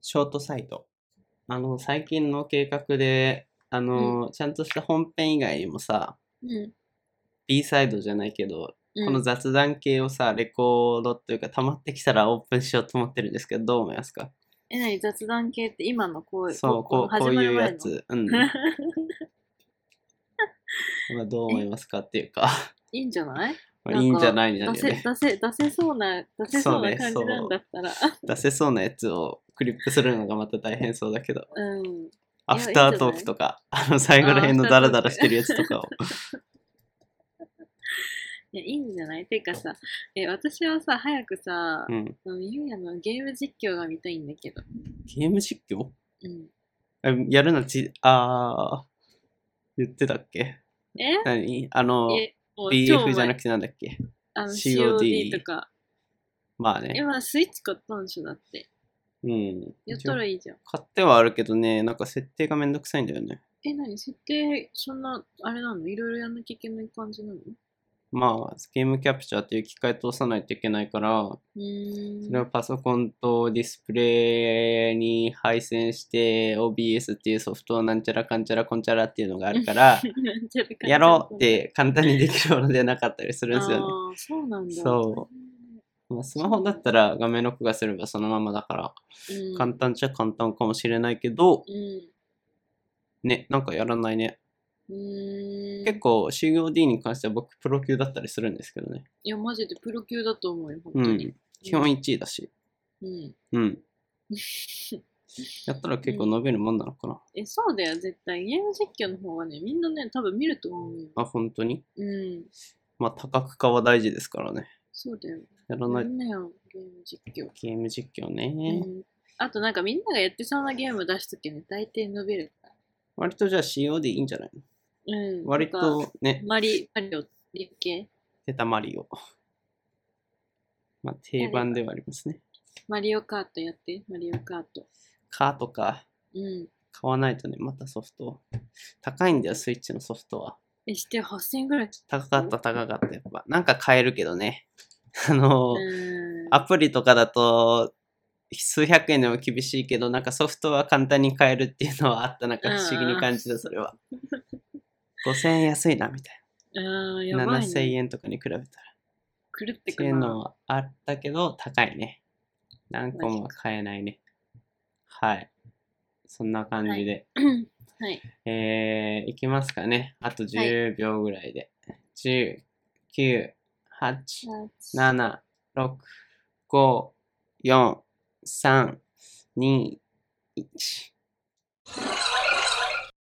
ショートサイト。あの、最近の計画で、あの、ちゃんとした本編以外にもさ、うん。 B サイドじゃないけど、うんこの雑談系をさ、レコードっていうか、溜まってきたらオープンしようと思ってるんですけど、どう思いますかえ、なに雑談系って今のこう、そう、こう、こういうや。始つ。 うん。まる前のまあどう思いますかって いうか、いいんじゃないまあいいんじゃないんじゃ出ないせ、出せ、出せそうな、出せそうな感じなんだったら。出せそうなやつをクリップするのがまた大変そうだけど、うん。アフタートークとか、あの、最後ら辺のダラダラしてるやつと かを。いや、いいんじゃないてかさ、え、私はさ、早くさう、ん。あのゆうやのゲーム実況が見たいんだけど。ゲーム実況うん。あやるなち、あー、言ってたっけえ何あの、え、もう超 BF じゃな前くてなんだっけあの COD COD とか。まあね。今、スイッチ買ったんでしょだって。うん。やったらいいじゃん。買ってはあるけどね、なんか設定がめんどくさいんだよね。え、なに設定、そんな、あれなのいろいろやんなきゃいけない感じなのうまあ、ゲームキャプチャーっていう機械通さないといけないから、ーん。それをパソコンとディスプレイに配線して OBS っていうソフトをなんちゃらかんちゃらこんちゃらっていうのがあるからなんちゃ って感じやろうって簡単にできるものではなかったりするんですよね。ああ、そうなんだ。そまあ、スマホだったら画面録画すればそのままだからうん。簡単っちゃ簡単かもしれないけどうん。ねなんかやらないねうーん。結構 COD に関しては僕プロ級だったりするんですけどねいや、マジでプロ級だと思うよ、本う当にん。基本1位だしうん。 うんやったら結構伸びるもんなのかなえ、そうだよ、絶対。ゲーム実況の方がね、みんなね、多分見ると思うよ。あ本当にうん。まあ多角化は大事ですからねそうだよ。やらみないんなよ、ゲーム実況。ゲーム実況うね。ん。あとなんかみんながやってそうなゲーム出しときね、大抵伸びるから。割とじゃあ CO でいいんじゃないのうん。割なんか。とね、マリ、マリオ、リッケ出たマリオ。まあ定番ではありますね。マリオカートやって、マリオカート。カートか。うん。買わないとね、またソフトを。高いんだよ、スイッチのソフトは。え、して8000円ぐらい。高かった、高かった。やっぱ。なんか買えるけどね。 あのうー、ん。アプリとかだと、数百円でも厳しいけど、なんかソフトは簡単に買えるっていうのはあった。なんか不思議に感じた、それは。5000円安いな、みた いああ、やな。ばい、ね。 7000円とかに比べたら。狂ってっくているうなの。はあったけど、高いね。何個も買えないね。はい。そんな感じで。はい。えー、いきますかね。あとはい10秒ぐらいで。10、9、8、な7、6、5、4、3、2、1。